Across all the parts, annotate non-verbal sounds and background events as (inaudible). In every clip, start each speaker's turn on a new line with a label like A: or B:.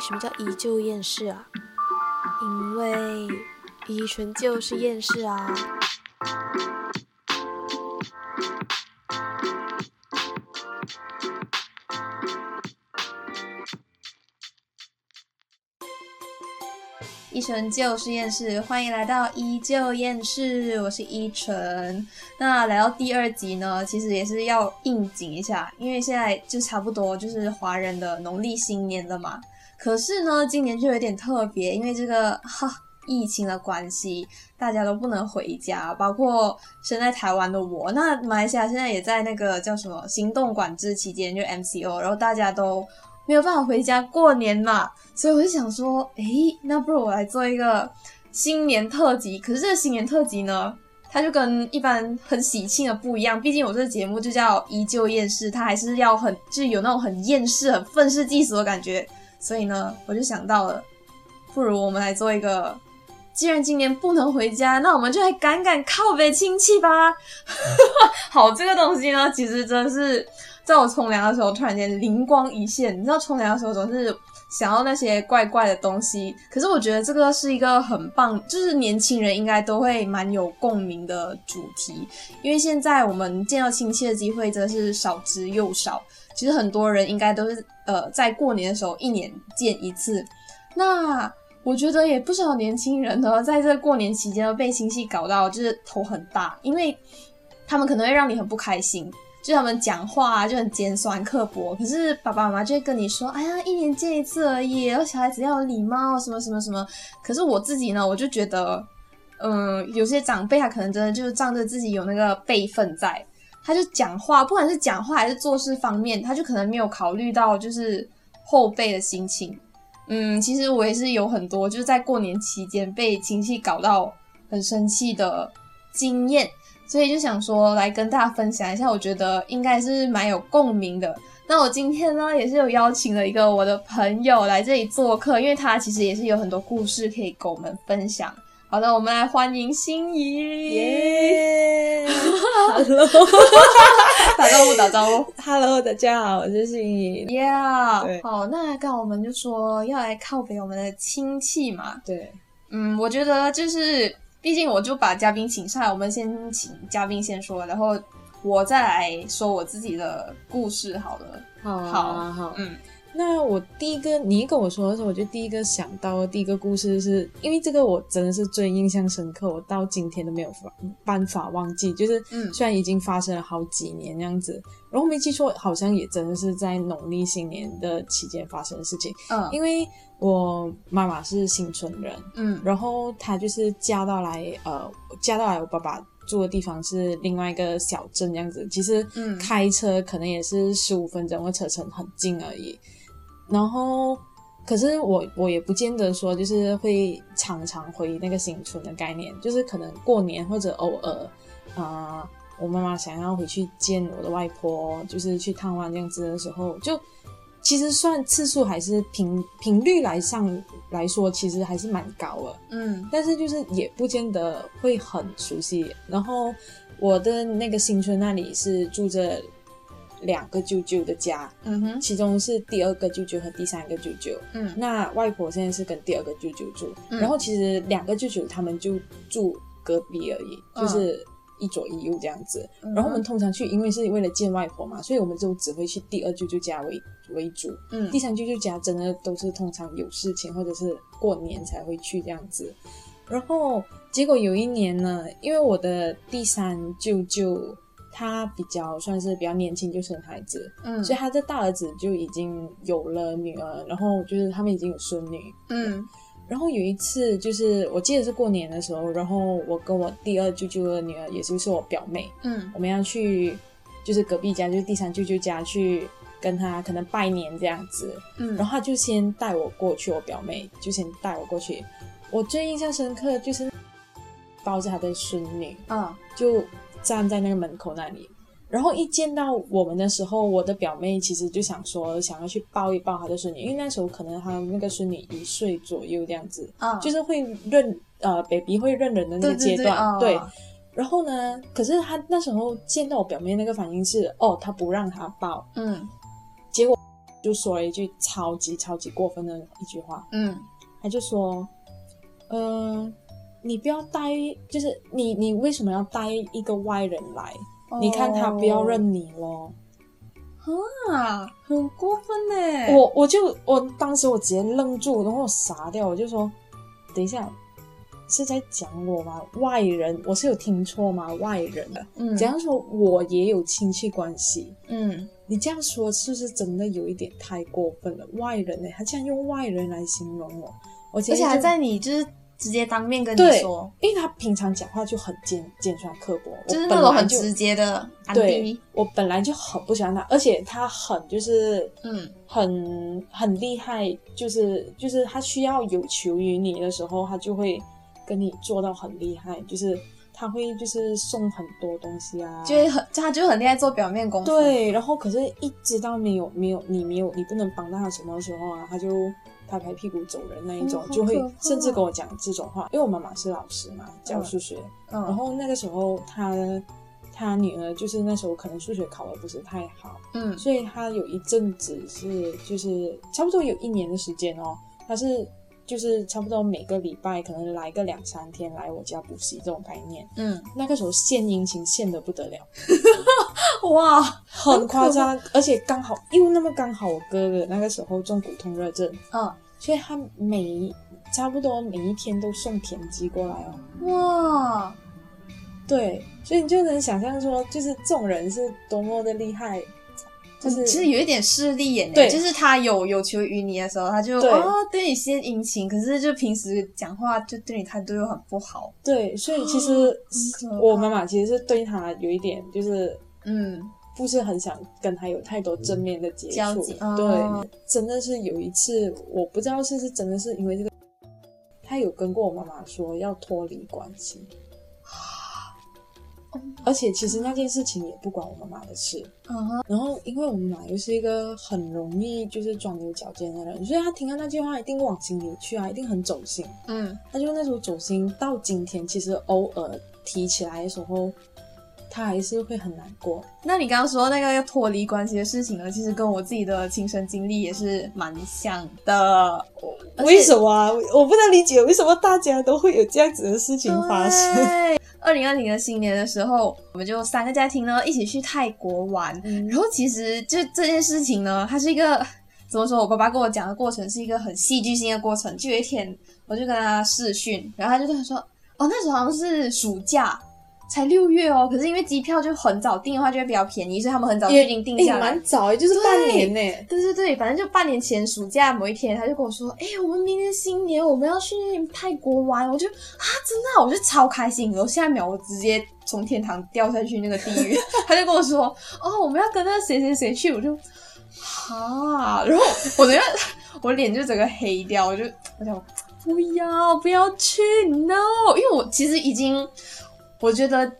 A: 什么叫依旧厌世啊？因为依纯就是厌世啊。
B: 依纯旧实验室，欢迎来到依旧验室，我是依纯。那来到第二集呢，其实也是要应景一下，因为现在就差不多就是华人的农历新年了嘛。可是呢，今年就有点特别，因为这个哈疫情的关系，大家都不能回家，包括身在台湾的我。那马来西亚现在也在那个叫什么行动管制期间，就 MCO，然后大家都没有办法回家过年嘛。所以我就想说，诶，那不如我来做一个新年特辑。可是这个新年特辑呢，它就跟一般很喜庆的不一样，毕竟我这个节目就叫依旧厌世，它还是要很就是有那种很厌世、很愤世嫉俗的感觉。所以呢，我就想到了，不如我们来做一个。既然今年不能回家，那我们就来赶赶靠北亲戚吧。 (laughs) 好，这个东西呢，其实真的是在我冲凉的时候突然间灵光一现。你知道冲凉的时候总是想要那些怪怪的东西，可是我觉得这个是一个很棒，就是年轻人应该都会蛮有共鸣的主题，因为现在我们见到亲戚的机会真的是少之又少。其实很多人应该都是呃在过年的时候一年见一次，那。我觉得也不少年轻人呢，在这过年期间被亲戚搞到就是头很大，因为他们可能会让你很不开心，就他们讲话、啊、就很尖酸刻薄，可是爸爸妈妈就会跟你说：“哎呀，一年见一次而已，然哦后小孩子要有礼貌，啊什么什么什么。”可是我自己呢，我就觉得，嗯，有些长辈他可能真的就是仗着自己有那个辈分在，他就讲话，不管是讲话还是做事方面，他就可能没有考虑到就是后辈的心情。嗯，其实我也是有很多就是在过年期间被亲戚搞到很生气的经验，所以就想说来跟大家分享一下，我觉得应该是蛮有共鸣的。那我今天呢也是有邀请了一个我的朋友来这里做客，因为他其实也是有很多故事可以跟我们分享。好的，我们来欢迎心仪。
C: 耶！Hello，
B: (laughs) 打招呼，打招呼。
C: Hello，大家好，我是心仪。
B: Yeah，
C: 对
B: 好，那刚好我们就说要来靠北我们的亲戚嘛，
C: 对，
B: 嗯，我觉得就是，毕竟我就把嘉宾请上来，我们先请嘉宾先说，然后我再来说我自己的故事好了。
C: 好
B: 好
C: 啊，好。
B: 嗯，
C: 那我第一个，你一跟我说的时候，我就第一个想到的第一个故事是，因为这个我真的是最印象深刻，我到今天都没有法办法忘记。就是，
B: 嗯
C: 虽然已经发生了好几年那样子，然后没记错，好像也真的是在农历新年的期间发生的事情。
B: 嗯
C: 因为我妈妈是新村人，
B: 嗯
C: 然后她就是嫁到来，呃，嫁到来我爸爸住的地方是另外一个小镇这样子。其实，
B: 嗯
C: 开车可能也是十五分钟或车程很近而已。然后，可是我我也不见得说就是会常常回那个新村的概念，就是可能过年或者偶尔，啊、我妈妈想要回去见我的外婆，就是去探望这样子的时候，就其实算次数还是频频率来上来说，其实还是蛮高的。
B: 嗯
C: 但是就是也不见得会很熟悉。然后我的那个新村那里是住着两个舅舅的家，
B: 嗯哼
C: 其中是第二个舅舅和第三个舅舅。
B: 嗯
C: 那外婆现在是跟第二个舅舅住，
B: 嗯
C: 然后其实两个舅舅他们就住隔壁而已，
B: 嗯
C: 就是一左一右这样子。
B: 嗯
C: 然后我们通常去，因为是为了见外婆嘛，所以我们就只会去第二舅舅家为为主。
B: 嗯
C: 第三舅舅家真的都是通常有事情或者是过年才会去这样子。然后结果有一年呢，因为我的第三舅舅他比较算是比较年轻就生孩子，
B: 嗯
C: 所以他的大儿子就已经有了女儿，然后就是他们已经有孙女。
B: 嗯
C: 然后有一次就是我记得是过年的时候，然后我跟我第二舅舅的女儿，也就是我表妹，
B: 嗯
C: 我们要去就是隔壁家，就是第三舅舅家去跟他可能拜年这样子。
B: 嗯，
C: 然后他就先带我过去，我表妹就先带我过去。我最印象深刻就是抱着他的孙女，
B: 啊
C: 就站在那个门口那里。然后一见到我们的时候，我的表妹其实就想说想要去抱一抱她的孙女，因为那时候可能她那个孙女一岁左右这样子，
B: 啊，
C: 就是会认呃 baby 会认人的那个
B: 对
C: 阶
B: 对对
C: 段，
B: 啊
C: 对。然后呢，可是她那时候见到我表妹那个反应是，哦，她不让她抱，
B: 嗯
C: 就说了一句超级超级过分的一句话，
B: 嗯
C: 他就说，呃，你不要带，就是你你为什么要带一个外人来？你看他不要认你咯。
B: 啊，很过分呢。
C: 我我就我当时我直接愣住，然后我傻掉，我就说，等一下是在讲我吗？外人，我是有听错吗？外人的，
B: 嗯
C: 怎样说我也有亲戚关系？
B: 嗯，
C: 你这样说是不是真的有一点太过分了？外人呢、欸他竟然用外人来形容我，我直
B: 而
C: 接
B: 且还
C: 就
B: 在你就是直接当面跟你
C: 对
B: 说，
C: 因为他平常讲话就很尖尖酸刻薄，我
B: 就是
C: 本
B: 那种
C: 来
B: 很
C: 就
B: 直接的安
C: 对
B: 迪。，
C: 我本来就很不喜欢他，而且他很就是
B: 嗯
C: 很很厉害，就是就是他需要有求于你的时候，他就会跟你做到很厉害，就是他会就是送很多东西啊，
B: 就会很，就他就很厉害做表面功夫。，嗯
C: 对，然后可是一知道没有没有你没有你不能帮到他什么时候啊，他就拍拍屁股走人那一种，
B: 哦好
C: 就会
B: 可怕
C: 甚至跟我讲这种话，因为我妈妈是老师嘛，教
B: 嗯
C: 数学，然
B: 嗯
C: 后那个时候她她女儿就是那时候可能数学考的不是太好，
B: 嗯
C: 所以她有一阵子是就是差不多有一年的时间哦，她是就是差不多每个礼拜可能来个两三天来我家补习这种概念。 (laughs)
B: 嗯，
C: 那个时候献殷勤献的不得了，
B: 哇，
C: 很夸张，而且刚好又那么刚好我哥哥那个时候中骨痛热症，
B: 嗯
C: 所以他每一差不多每一天都送田鸡过来哦。
B: 哇，
C: 对，所以你就能想象说，就是这种人是多么的厉害，就
B: 嗯其实
C: 是
B: 有一点势利眼欸，
C: 对
B: 就是他有有求于你的时候，他就
C: 对
B: 哦对你先殷勤，可是就平时讲话就对你态度又很不好。
C: 对，所以其实
B: 很可怕
C: 嗯我妈妈其实是对他有一点就是
B: 嗯
C: 不是很想跟他有太多正面的接
B: 交
C: 触
B: 集。哦
C: 对，真的是有一次，我不知道是不是真的是因为这个，他有跟过我妈妈说要脱离关系。
B: 哦
C: 而且其实那件事情也不关我妈妈的事，
B: 嗯哼，
C: 然后因为我妈妈又是一个很容易就是钻牛角尖的人，所以她听到那句话一定往心里去啊，一定很走心。
B: 嗯
C: 她就那时候走心到今天，其实偶尔提起来的时候，她还是会很难过。
B: 那你刚刚说那个要脱离关系的事情呢，其实跟我自己的亲身经历也是蛮像的。而且
C: 为什么啊？我我不能理解为什么大家都会有这样子的事情发生。
B: 对，二零二零的新年的时候，我们就三个家庭呢一起去泰国玩。
C: 嗯
B: 然后其实就这件事情呢，它是一个怎么说？我爸爸跟我讲的过程是一个很戏剧性的过程。就有一天，我就跟他视讯，然后他就跟我说：“哦，那时候好像是暑假，才六月哦。可是因为机票就很早订的话，就会比较便宜，所以他们很早
C: 啊
B: 就已经定
C: 也
B: 下来。
C: 蛮早欸，就是半年呢、
B: 对对对，反正就半年前暑假某一天，他就跟我说：“哎、我们明年新年我们要去泰国玩。”我就啊，真的啊、我就超开心。然后下一秒我直接从天堂掉下去那个地狱。 (laughs) 他就跟我说：“哦，我们要跟那个谁谁谁去。”我就哈，然后我整个我脸就整个黑掉，我就我想不要不要去，no，因为我其实已经我觉得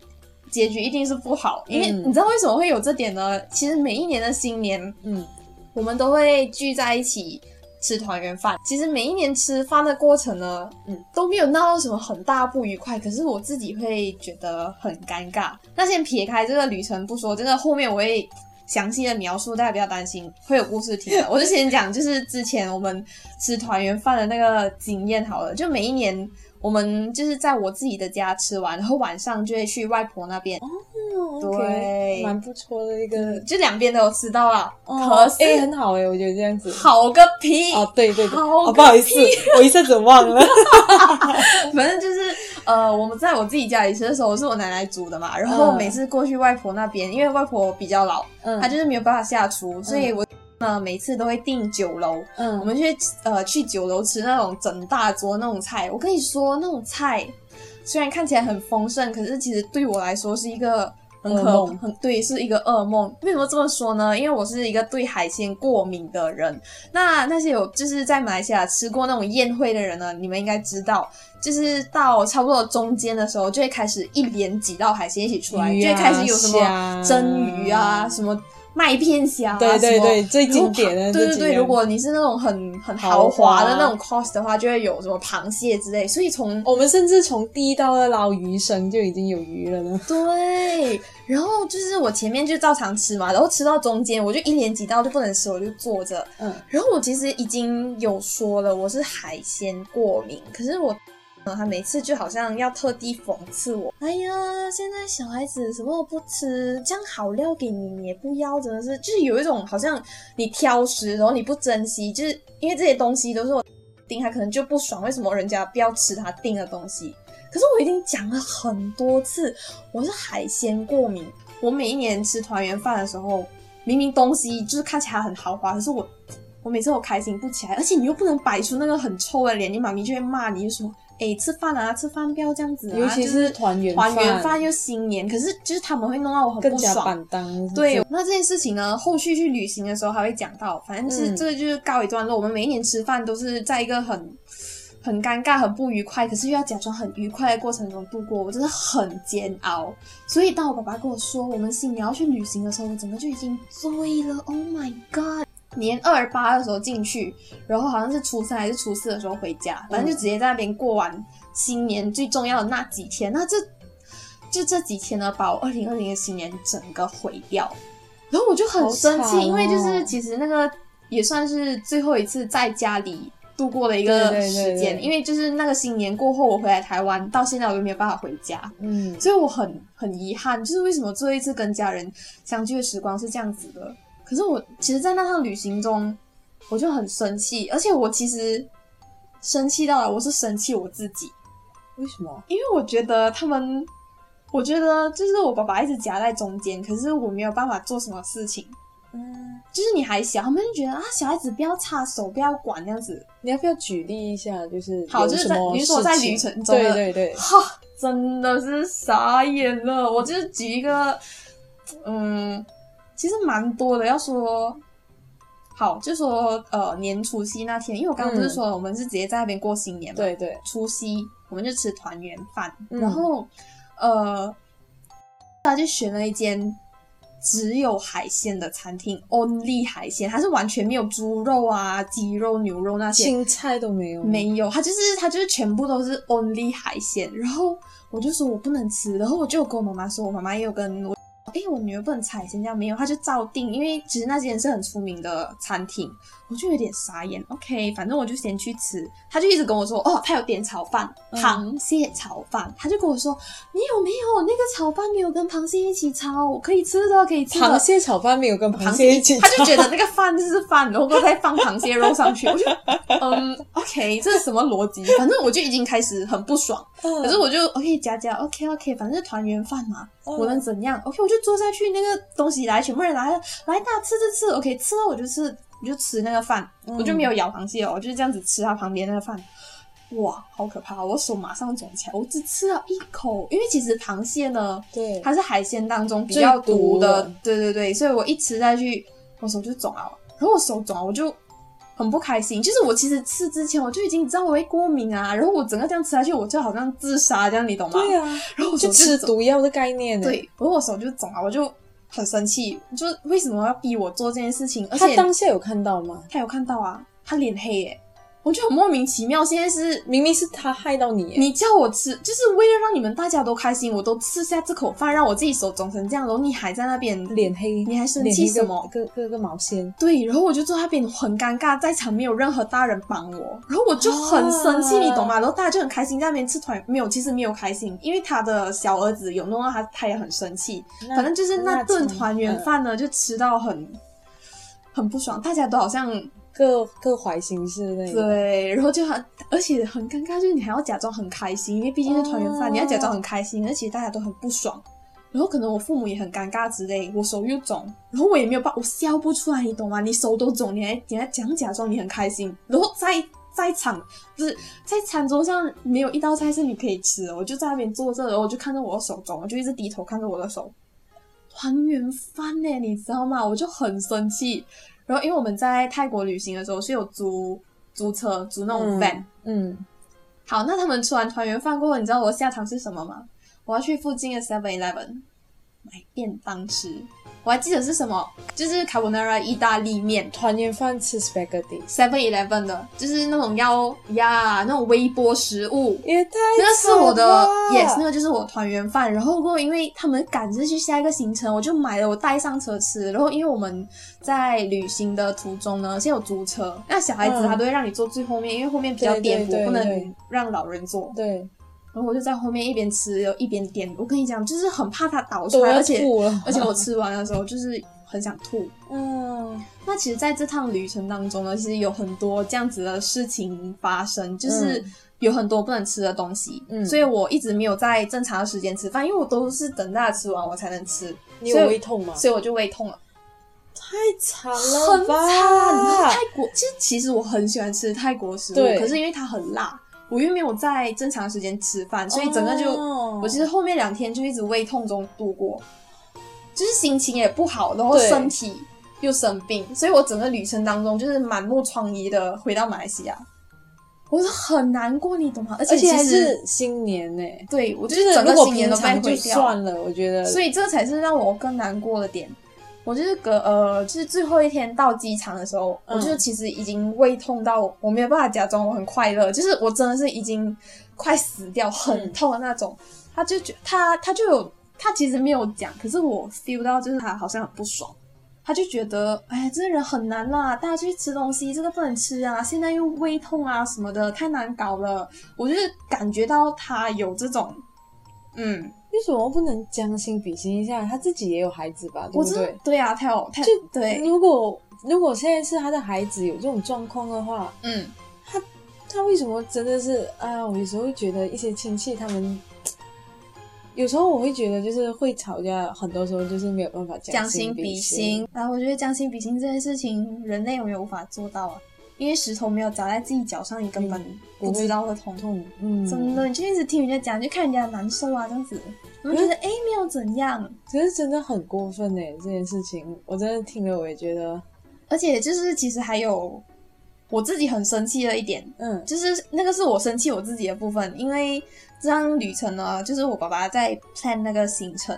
B: 结局一定是不好，因为
C: 嗯
B: 你知道为什么会有这点呢？其实每一年的新年。
C: 嗯，
B: 我们都会聚在一起吃团圆饭。其实每一年吃饭的过程呢，
C: 嗯，
B: 都没有闹到什么很大不愉快，可是我自己会觉得很尴尬。那先撇开这个旅程不说，真的后面我会。详细的描述，大家不要担心，会有故事听的。我就先讲，就是之前我们吃团圆饭的那个经验好了。就每一年，我们就是在我自己的家吃完，然后晚上就会去外婆那边，对
C: 嗯蛮不错的一个。
B: 就两边都有吃到啦。
C: 哦
B: 可是、
C: 嗯哎、很好哎、我觉得这样子。
B: 好个屁！
C: 哦，对对对，
B: 好
C: 哦，不好意思，我一下子忘了。
B: (laughs) 反正就是呃，我们在我自己家里吃的时候，是我奶奶煮的嘛。然后
C: 嗯
B: 每次过去外婆那边，因为外婆比较老，
C: (laughs) 嗯
B: 她就是没有办法下厨，所以我呢每次都会订酒楼。
C: 嗯，
B: 我们去呃去酒楼吃那种整大桌那种菜，我跟你说那种菜虽然看起来很丰盛，可是其实对我来说是一个很
C: 噩
B: 可
C: 梦
B: 很对，是一个噩梦。为什么这么说呢？因为我是一个对海鲜过敏的人。那那些有就是在马来西亚吃过那种宴会的人呢，你们应该知道，就是到差不多中间的时候，就会开始一连几道海鲜一起出来，
C: 鱼
B: 就
C: 啊
B: 会开始有什
C: 虾
B: 么蒸鱼啊，什么麦片侠、啊，
C: 对对
B: 什么
C: 对最经典的
B: 如对
C: 这
B: 对
C: 几
B: 对，
C: 样
B: 如果你是那种很很
C: 豪
B: 豪华的
C: 华
B: 那种 cost 的话，就会有什么螃蟹之类，所以从
C: 我们甚至从第一道的捞鱼生就已经有鱼了呢。
B: 对，然后就是我前面就照常吃嘛，然后吃到中间我就一连几道就不能吃，我就坐着。
C: 嗯，
B: 然后我其实已经有说了，我是海鲜过敏，可是我。呃他每次就好像要特地讽刺我，哎呀，现在小孩子什么都不吃，这样好料给你也不要，真的是就是有一种好像你挑食，然后你不珍惜，就是因为这些东西都是我订，他可能就不爽，为什么人家不要吃他订的东西？可是我已经讲了很多次，我是海鲜过敏。我每一年吃团圆饭的时候，明明东西就是看起来很豪华，可是我我每次我开心不起来，而且你又不能摆出那个很臭的脸，你妈咪就会骂你，就说：“哎、吃饭啊，吃饭不要这样子啊。”
C: 尤其
B: 就是
C: 团圆
B: 团圆
C: 饭
B: 饭又新年，可是就是他们会弄到我很
C: 更
B: 不
C: 加
B: 爽。
C: 板当。
B: 对，那这件事情呢，后续去旅行的时候还会讲到，反正就是、
C: 嗯
B: 这个就是告一段落。我们每一年吃饭都是在一个很很尴尬、很不愉快，可是又要假装很愉快的过程中度过，我真的很煎熬。所以当我爸爸跟我说我们新年要去旅行的时候，我整个就已经醉了。Oh my god！年二八的时候进去，然后好像是初三还是初四的时候回家，反正就直接在那边过完新年最重要的那几天。那这就这几天呢，把我二零二零的新年整个毁掉。然后我就很生
C: 好
B: 气，
C: 惨哦
B: 因为就是其实那个也算是最后一次在家里度过的一
C: 对
B: 个
C: 对对
B: 时间，
C: 对
B: 因为就是那个新年过后，我回来台湾到现在我都没有办法回家。
C: 嗯，
B: 所以我很很遗憾，就是为什么最后一次跟家人相聚的时光是这样子的。可是我其实，在那趟旅行中，我就很生气，而且我其实生气到了，我是生气我自己，
C: 为什么？
B: 因为我觉得他们，我觉得就是我爸爸一直夹在中间，可是我没有办法做什么事情。
C: 嗯，
B: 就是你还小，他们就觉得啊，小孩子不要插手，不要管这样子，
C: 你要不要举例一下？就是
B: 好
C: 有
B: 就是
C: 什
B: 在
C: 么
B: 比如说在
C: 事情
B: 旅程中
C: 对
B: 的
C: 对
B: (laughs)
C: 对，
B: 哈，真的是傻眼了。我就是举一个，嗯，其实蛮多的。要说好，就说呃年除夕那天，因为我刚刚不是
C: 嗯
B: 说了我们是直接在那边过新年嘛，
C: 对对，
B: 除夕我们就吃团圆饭，
C: 嗯
B: 然后呃，他就选了一间只有海鲜的餐厅，only 海鲜，它是完全没有猪肉啊、鸡肉、牛肉那些，
C: 青菜都没有，
B: 没有，它就是它就是全部都是 only 海鲜。然后我就说我不能吃，然后我就有跟我妈妈说，我妈妈也有跟我，哎、我女儿不能吃海鲜，这样没有，她就照定，因为其实那间是很出名的餐厅，我就有点傻眼。OK，反正我就先去吃，她就一直跟我说，哦，她有点炒饭，
C: 嗯
B: 螃蟹炒饭，她就跟我说，你有没有那个炒饭没有跟螃蟹一起炒，可以吃的，可以吃的。
C: 螃蟹炒饭没有跟螃
B: 螃
C: 蟹
B: 蟹
C: 一起 (laughs) 炒，
B: 他就觉得那个饭就是饭，然后再放螃蟹肉上去，我
C: (laughs)
B: 就嗯，OK，这是什么逻辑？反正我就已经开始很不爽，
C: 嗯，
B: 可是我就 OK 夹夹 OK OK，反正是团圆饭嘛，
C: 嗯
B: 我能怎样？OK，我就坐下去，那个东西来，全部人来来大家吃吃吃，OK，吃了我就吃，我就吃那个饭，
C: 嗯
B: 我就没有咬螃蟹哦，我就是这样子吃它旁边那个饭。哇，好可怕！我手马上肿起来，我只吃了一口，因为其实螃蟹呢，
C: 对，
B: 它是海鲜当中比较毒的，
C: 最毒的
B: 对对对，所以我一吃下去，我手就肿了，然后我手肿了，我就很不开心。就是我其实吃之前我就已经知道我会过敏啊，然后我整个这样吃下去，我就好像自杀这样，你懂吗？
C: 对啊，
B: 然后我手
C: 就
B: 就
C: 吃
B: 肿
C: 毒药的概念呢。
B: 对，然后我手就肿了，我就很生气，就是为什么要逼我做这件事情？而
C: 他
B: 且
C: 当下有看到吗？
B: 他有看到啊，他脸黑耶、我就很莫名其妙。现在是
C: 明明是他害到你耶，
B: 你叫我吃，就是为了让你们大家都开心，我都吃下这口饭，让我自己手肿成这样，然后你还在那边
C: 脸黑，
B: 你还生
C: 脸
B: 气
C: 黑个
B: 什么
C: 个个个毛线，
B: 对，然后我就坐在那边很尴尬，在场没有任何大人帮我，然后我就很生气，
C: 啊
B: 你懂吗？然后大家就很开心在那边吃团，没有，其实没有开心，因为他的小儿子有弄到他，他也很生气。
C: 那
B: 反正就是那顿
C: 惨
B: 团圆
C: 嗯
B: 饭呢，就吃到很很不爽，大家都好像
C: 各各怀心事那个。
B: 对，然后就很，而且很尴尬，就是你还要假装很开心，因为毕竟是团圆饭，
C: 哦
B: 你要假装很开心，而且大家都很不爽。然后可能我父母也很尴尬之类，我手又肿，然后我也没有办，我笑不出来，你懂吗？你手都肿，你还你还讲假装你很开心，然后在在场不是在餐桌上没有一道菜是你可以吃的，我就在那边坐着，然后我就看着我的手肿，我就一直低头看着我的手，团圆饭呢，你知道吗？我就很生气。然后因为我们在泰国旅行的时候是有租租车租那种
C: 嗯
B: van，、
C: 嗯，
B: 好，那他们吃完团圆饭过后，你知道我下场是什么吗？我要去附近的 Seven Eleven 买便当吃。我还记得是什么，就是 carbonara 意大利面
C: 团圆饭吃 spaghetti，
B: ，Seven Eleven 的，就是那种要呀那种微波食物。
C: 也太
B: 那是我的
C: 惨了
B: ，yes，那个就是我团圆饭。然后过后，因为他们赶着去下一个行程，我就买了，我带上车吃。然后因为我们在旅行的途中呢，先有租车，那小孩子
C: 嗯
B: 他都会让你坐最后面，因为后面比较
C: 对
B: 颠簸，
C: 对
B: 不
C: 对
B: 能
C: 对
B: 让老人坐。
C: 对，
B: 然后我就在后面一边吃，然后一边点。我跟你讲，就是很怕它倒出
C: 我
B: 来，
C: 要
B: 而且
C: 吐了，
B: 而且我吃完的时候就是很想吐。
C: 嗯，
B: 那其实，在这趟旅程当中呢，其实有很多这样子的事情发生，就是
C: 嗯
B: 有很多不能吃的东西，
C: 嗯
B: 所以我一直没有在正常的时间吃饭，因为我都是等大家吃完我才能吃，
C: 你
B: 所以
C: 有胃痛吗？
B: 所以我就胃痛了，
C: 太惨
B: 很惨。
C: 了吧
B: 泰！国其实其实我很喜欢吃泰国食物，
C: 对
B: 可是因为它很辣，我又没有在正常时间吃饭，所以整个就、
C: 哦
B: 我其实后面两天就一直胃痛中度过，就是心情也不好，然后
C: 对
B: 身体又生病，所以我整个旅程当中就是满目疮痍的回到马来西亚，我是很难过，你懂吗？而
C: 而且
B: 其
C: 还
B: 实
C: 是新年呢、
B: 对我就
C: 就是
B: 整
C: 如
B: 个
C: 果
B: 新年
C: 平
B: 都被
C: 常就
B: 毁掉，
C: 算了，我觉得，
B: 所以这才是让我更难过的点。我就是隔呃，就是最后一天到机场的时候，
C: 嗯
B: 我就其实已经胃痛到我没有办法假装我很快乐，就是我真的是已经快死掉，很痛的那种。他就觉他他就有他其实没有讲，可是我 feel 到就是他好像很不爽，他就觉得哎，这个人很难啦，大家去吃东西，这个不能吃啊，现在又胃痛啊什么的，太难搞了。我就是感觉到他有这种嗯
C: 为什么不能将心比心一下？他自己也有孩子吧，对
B: 我
C: 不
B: 真的
C: 对？
B: 对啊，他有他
C: 就
B: 对，
C: 如果如果现在是他的孩子有这种状况的话，
B: 嗯，
C: 他为什么真的是啊？我有时候会觉得一些亲戚他们，有时候我会觉得就是会吵架，很多时候就是没有办法
B: 将
C: 心
B: 心比
C: 心
B: 心。。然后我觉得将心比心这件事情，人类永远无法做到啊，因为石头没有砸在自己脚上，你根本不知嗯道会痛。
C: 痛，嗯，
B: 真的，你就一直听人家讲，你就看人家难受啊，这样子，我就觉得哎、诶没有怎样。
C: 可是真的很过分哎，这件事情我真的听了我也觉得，
B: 而且就是其实还有我自己很生气的一点，
C: 嗯
B: 就是那个是我生气我自己的部分，因为这趟旅程呢，就是我爸爸在 plan 那个行程，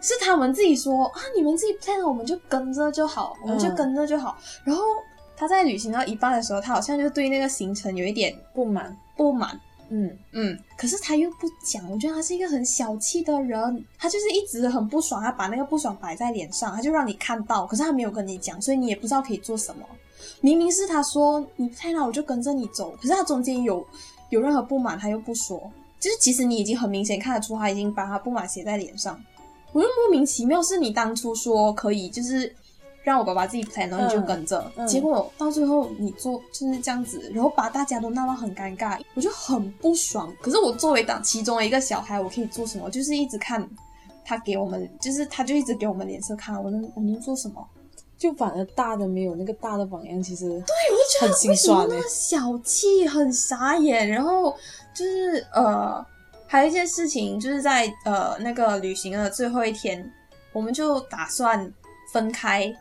B: 是他们自己说啊，你们自己 plan 了，我们就跟着就好，我们就跟着就好。然后他在旅行到一半的时候，他好像就对那个行程有一点
C: 不满，
B: 不满，
C: 嗯
B: 嗯，可是他又不讲，我觉得他是一个很小气的人，他就是一直很不爽，他把那个不爽摆在脸上，他就让你看到，可是他没有跟你讲，所以你也不知道可以做什么。明明是他说你太老，我就跟着你走，可是他中间有有任何不满，他又不说，就是其实你已经很明显看得出他已经把他不满写在脸上。我就莫名其妙，是你当初说可以，就是让我爸爸自己 plan，然后你就
C: 嗯
B: 跟着，
C: 嗯
B: 结果到最后你做就是这样子，然后把大家都闹到很尴尬，我就很不爽。可是我作为当其中的一个小孩，我可以做什么？就是一直看他给我们，就是他就一直给我们脸色看，我能我能做什么？
C: 就反而大的没有那个大的榜样，其实
B: 对，我就觉得
C: 很心酸欸
B: 为什么
C: 呢
B: 那么小气，很傻眼。然后就是呃，还有一件事情，就是在呃那个旅行的最后一天，我们就打算分开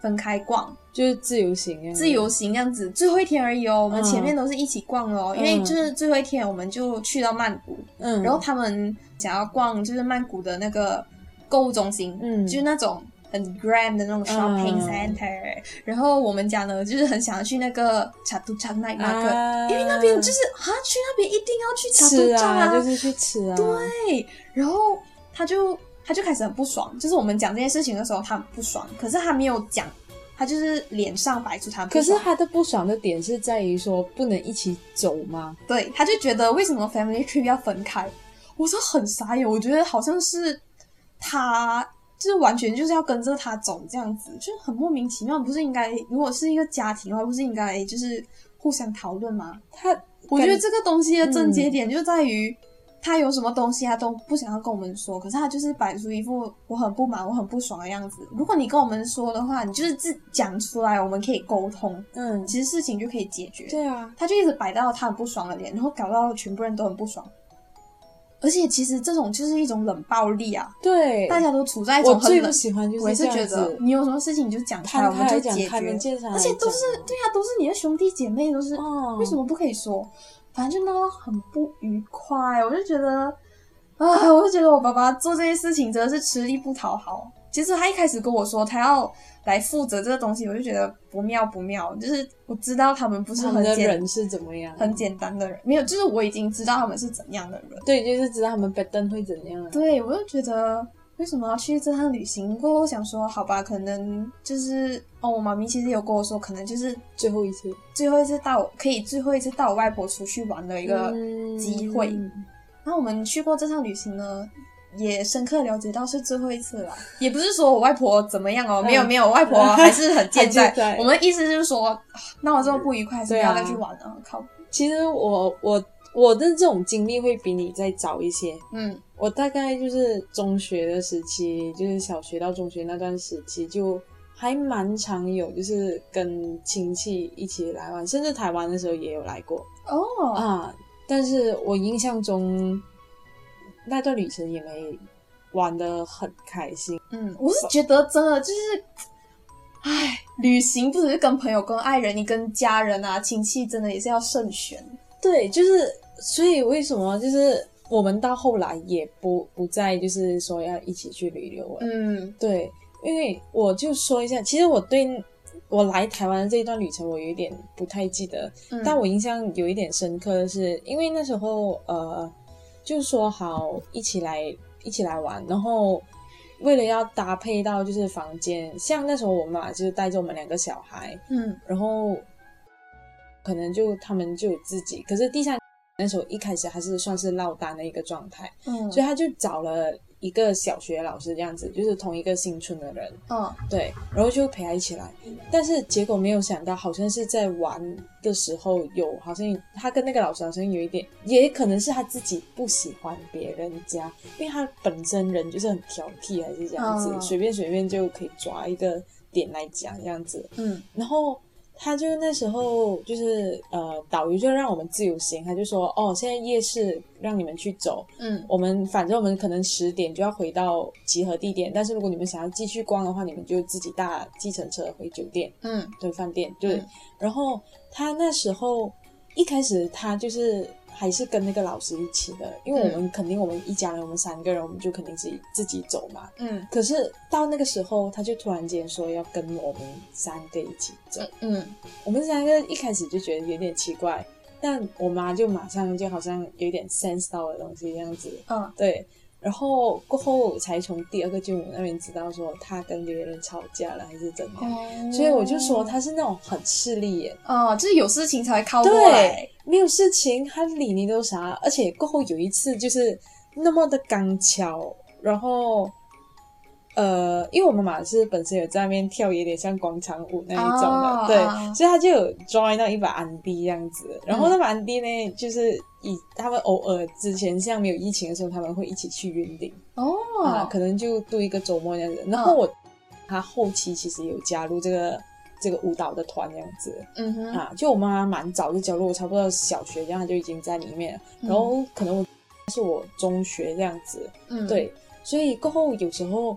B: 分开逛，
C: 就是自由行啊一样，
B: 自由行这样子，最后一天而已哦。我们
C: 嗯
B: 前面都是一起逛哦，因为就是最后一天我们就去到曼谷，
C: 嗯，
B: 然后他们想要逛就是曼谷的那个购物中心，
C: 嗯
B: 就是那种很 grand 的那种 shopping
C: 嗯
B: center、然后我们家呢，就是很想要去那个查杜trang night market，、
C: 啊
B: 因为那边就是啊，去那边一定要去查
C: 吃
B: 杜trang
C: 啊，就是去吃啊，对，
B: 对，然后他就他就开始很不爽，就是我们讲这件事情的时候，他很不爽，可是他没有讲，他就是脸上摆出他不
C: 可是
B: 爽
C: 他的不爽的点是在于说不能一起走吗？
B: 对，他就觉得为什么 family trip 要分开？我说很傻眼，我觉得好像是他就是完全就是要跟着他走这样子，就是很莫名其妙。不是应该如果是一个家庭的话，不是应该就是互相讨论吗？
C: 他
B: 我觉得
C: 感
B: 这个东西的症结点就在于。他有什么东西他都不想要跟我们说，可是他就是摆出一副我很不满、我很不爽的样子。如果你跟我们说的话，你就是自讲出来，我们可以沟通，
C: 嗯，
B: 其实事情就可以解决。
C: 对啊，
B: 他就一直摆到他很不爽的脸，然后搞到全部人都很不爽。而且其实这种就是一种冷暴力啊，
C: 对，
B: 大家都处在一
C: 我
B: 种很
C: 最不
B: 冷。
C: 喜欢就
B: 我也
C: 这
B: 是觉得
C: 样子，
B: 你有什么事情你就讲出来，
C: 摊
B: 我们
C: 开来
B: 就
C: 讲，
B: 解
C: 开门
B: 决。
C: 见山来
B: 而
C: 讲，
B: 且都是对呀、都是你的兄弟姐妹，都是、
C: 哦，
B: 为什么不可以说？反正就闹得很不愉快，我就觉得，啊，我就觉得我爸爸做这些事情真的是吃力不讨好。其实他一开始跟我说他要来负责这个东西，我就觉得不妙不妙。就是我知道他们不是
C: 他
B: 很
C: 们的
B: 简
C: 人是怎么样？
B: 很简单的人，没有，就是我已经知道他们是怎样的人。
C: 对，就是知道他们拜登会怎样啊。
B: 对，我就觉得为什么要去这趟旅行？过后想说，好吧，可能就是哦，我妈咪其实有跟我说，可能就是
C: 最后一次
B: 最后一次到可以最后一次到我外婆出去玩的一个机会。
C: 嗯
B: 然后我们去过这趟旅行呢，也深刻了解到是最后一次了，也不是说我外婆怎么样哦，
C: 嗯
B: 没有没有，我外婆还是很健
C: (laughs) 还
B: 在。
C: 健在
B: 我们意思就是说，啊闹了这么不愉快，还是不
C: 对
B: 要
C: 啊
B: 再去玩了。靠，
C: 其实我我我的这种经历会比你再早一些。
B: 嗯
C: 我大概就是中学的时期，就是小学到中学那段时期，就还蛮常有，就是跟亲戚一起来玩，甚至台湾的时候也有来过
B: 哦，
C: 啊。但是我印象中那段旅程也没玩的很开心，
B: 嗯，我是觉得真的就是，唉，旅行不只是跟朋友、跟爱人，你跟家人啊、亲戚，真的也是要慎选。
C: 对，就是所以为什么就是我们到后来也不不再就是说要一起去旅游了，
B: 嗯
C: 对，因为我就说一下，其实我对我来台湾的这一段旅程，我有一点不太记得，
B: 嗯，
C: 但我印象有一点深刻的是，因为那时候呃，就说好一起来一起来玩，然后为了要搭配到就是房间，像那时候我妈就是带着我们两个小孩，
B: 嗯
C: 然后可能就他们就有自己，可是第三那时候一开始还是算是落单的一个状态，
B: 嗯
C: 所以他就找了一个小学老师这样子，就是同一个新村的人，
B: 嗯
C: 对，然后就陪他一起来。但是结果没有想到，好像是在玩的时候有，好像他跟那个老师好像有一点，也可能是他自己不喜欢别人家，因为他本身人就是很挑剔，还是这样子，
B: 嗯
C: 随便随便就可以抓一个点来讲这样子。
B: 嗯
C: 然后他就那时候就是呃，导游就让我们自由行，他就说哦，现在夜市让你们去走，
B: 嗯
C: 我们反正我们可能十点就要回到集合地点，但是如果你们想要继续逛的话，你们就自己搭计程车回酒店，
B: 嗯
C: 对，饭店对。
B: 嗯
C: 然后他那时候一开始他就是还是跟那个老师一起的，因为我们肯定我们一家人，我们三个人，我们就肯定自己自己走嘛。
B: 嗯
C: 可是到那个时候，他就突然间说要跟我们三个一起走，
B: 嗯
C: 我们三个一开始就觉得有点奇怪，但我妈就马上就好像有点 sense 到的东西这样子，
B: 嗯，
C: 对，然后过后才从第二个舅母那边知道说她跟别人吵架了还是怎样，
B: 哦
C: 所以我就说她是那种很势利眼，
B: 哦，就是有事情才会靠过来
C: 对。，没有事情她理你都啥，而且过后有一次就是那么的刚巧，然后。呃，因为我妈妈是本身有在那边跳，有点像广场舞那一种的，
B: 哦
C: 对，
B: 哦
C: 所以他就有 join 到一把安迪这样子。然后那把安迪呢，就是以他们偶尔之前像没有疫情的时候，他们会一起去云顶，啊，
B: 哦，
C: 可能就度一个周末这样子。然后我、他后期其实有加入这个这个舞蹈的团这样子
B: 嗯哼，
C: 啊，就我妈蛮早就加入，我差不多小学这样她就已经在里面了，然后可能我是我中学这样子，
B: 嗯，
C: 对，所以过后有时候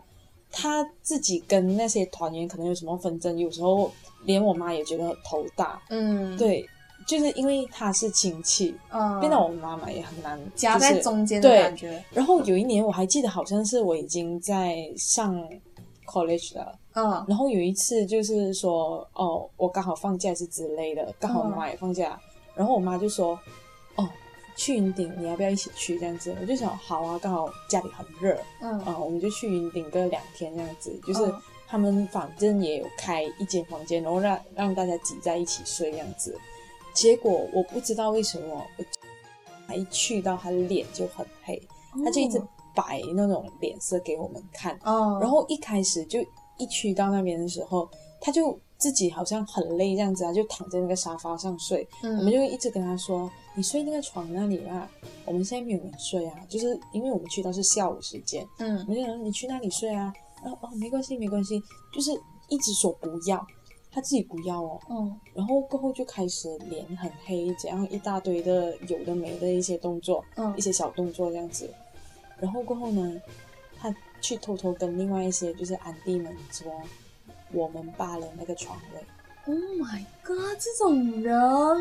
C: 他自己跟那些团员可能有什么纷争，有时候连我妈也觉得头大，
B: 嗯，
C: 对。就是因为他是亲戚，
B: 嗯，
C: 变到我妈妈也很难
B: 夹在
C: 就是
B: 中间的
C: 对
B: 感觉。
C: 然后有一年我还记得好像是我已经在上 college 了，
B: 嗯
C: 然后有一次就是说哦，我刚好放假是之类的，刚好我妈也放假，然后我妈就说哦，去云顶你要不要一起去这样子？我就想好啊，刚好家里很热
B: 嗯
C: 啊、我们就去云顶个两天这样子，就是
B: 嗯
C: 他们反正也有开一间房间，然后让让大家挤在一起睡这样子。结果我不知道为什么，我还一去到他脸就很黑。他就一直摆那种脸色给我们看。
B: 哦，
C: 然后一开始就一去到那边的时候，他就自己好像很累这样子啊，就躺在那个沙发上睡。
B: 嗯
C: 我们就一直跟他说：“你睡那个床那里啊，我们现在没有人睡啊，就是因为我们去到是下午时间，
B: 嗯
C: 我就想说你去那里睡啊。”然后哦，没关系，没关系，就是一直说不要，他自己不要哦。
B: 嗯
C: 然后过后就开始脸很黑，怎样一大堆的有的没的一些动作，
B: 嗯
C: 一些小动作这样子。然后过后呢，他去偷偷跟另外一些就是安弟们说，我们霸了那个床位。
B: ，Oh my god，这种人，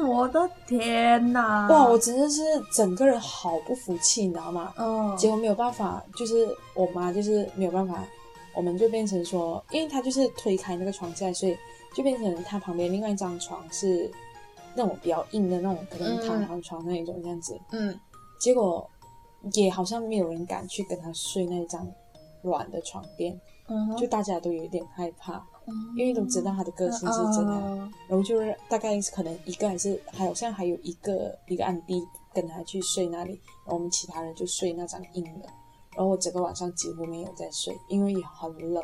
B: 我的天哪！
C: 哇，我真的是整个人好不服气，你知道吗？
B: 嗯，
C: 结果没有办法，就是我妈就是没有办法，我们就变成说，因为他就是推开那个床架，所以就变成他旁边另外一张床是那种比较硬的那种，可能弹簧床那一种这样子。
B: 嗯，
C: 结果也好像没有人敢去跟他睡那张软的床垫，
B: 嗯哼
C: 就大家都有一点害怕，
B: 嗯
C: 因为都知道他的个性是怎样。
B: 嗯
C: 然后就是大概可能一个还是好像还有一个一个暗弟跟他去睡那里，然后我们其他人就睡那张硬的。然后我整个晚上几乎没有在睡，因为也很冷。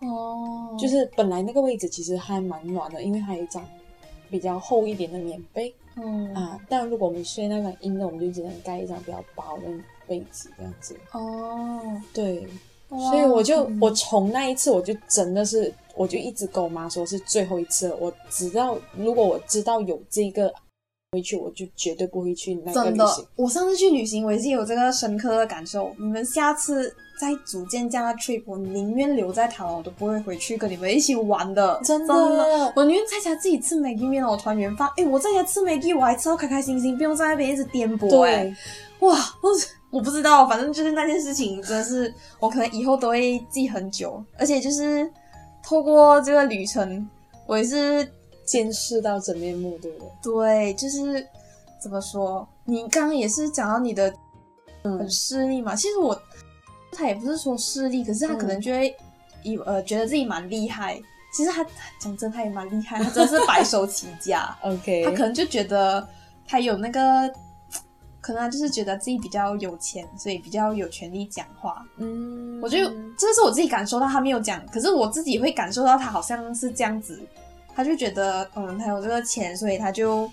B: 哦，
C: 嗯就是本来那个位置其实还蛮暖的，因为还有一张比较厚一点的棉被
B: 嗯
C: 啊。但如果我们睡那张硬的，我们就只能盖一张比较薄的被子这样子。
B: 哦，
C: 对，
B: 哇嗯
C: 所以我就我从那一次我就真的是，我就一直跟我妈说是最后一次了。我知道如果我知道有这个回去，我就绝对不会去那个
B: 真
C: 旅
B: 的
C: 行。，
B: 我上次去旅行，我也是有这个深刻的感受。你们下次再组建这样的 trip，我宁愿留在台湾，我都不会回去跟你们一起玩的。
C: 真
B: 的，
C: 的，
B: 我宁愿在家自己吃 Maggi 面哦，团圆饭。哎，我在家吃 Maggi，我还吃到开开心心，不用在那边一直颠簸。哎，
C: 对，
B: 哇，我我不知道，反正就是那件事情，真的是我可能以后都会记很久。而且就是透过这个旅程，我也是
C: 见识到真面目，对不对？。
B: 对，就是怎么说？你刚刚也是讲到你的很势利嘛，其实我他也不是说势利，可是他可能就会以、呃觉得自己蛮厉害。其实他讲真，他也蛮厉害，他真的是白手起家
C: OK，
B: 他可能就觉得他有那个，可能他就是觉得自己比较有钱，所以比较有权利讲话。
C: 嗯
B: 我就这是我自己感受到他没有讲，可是我自己会感受到他好像是这样子，他就觉得嗯，他有这个钱，所以他就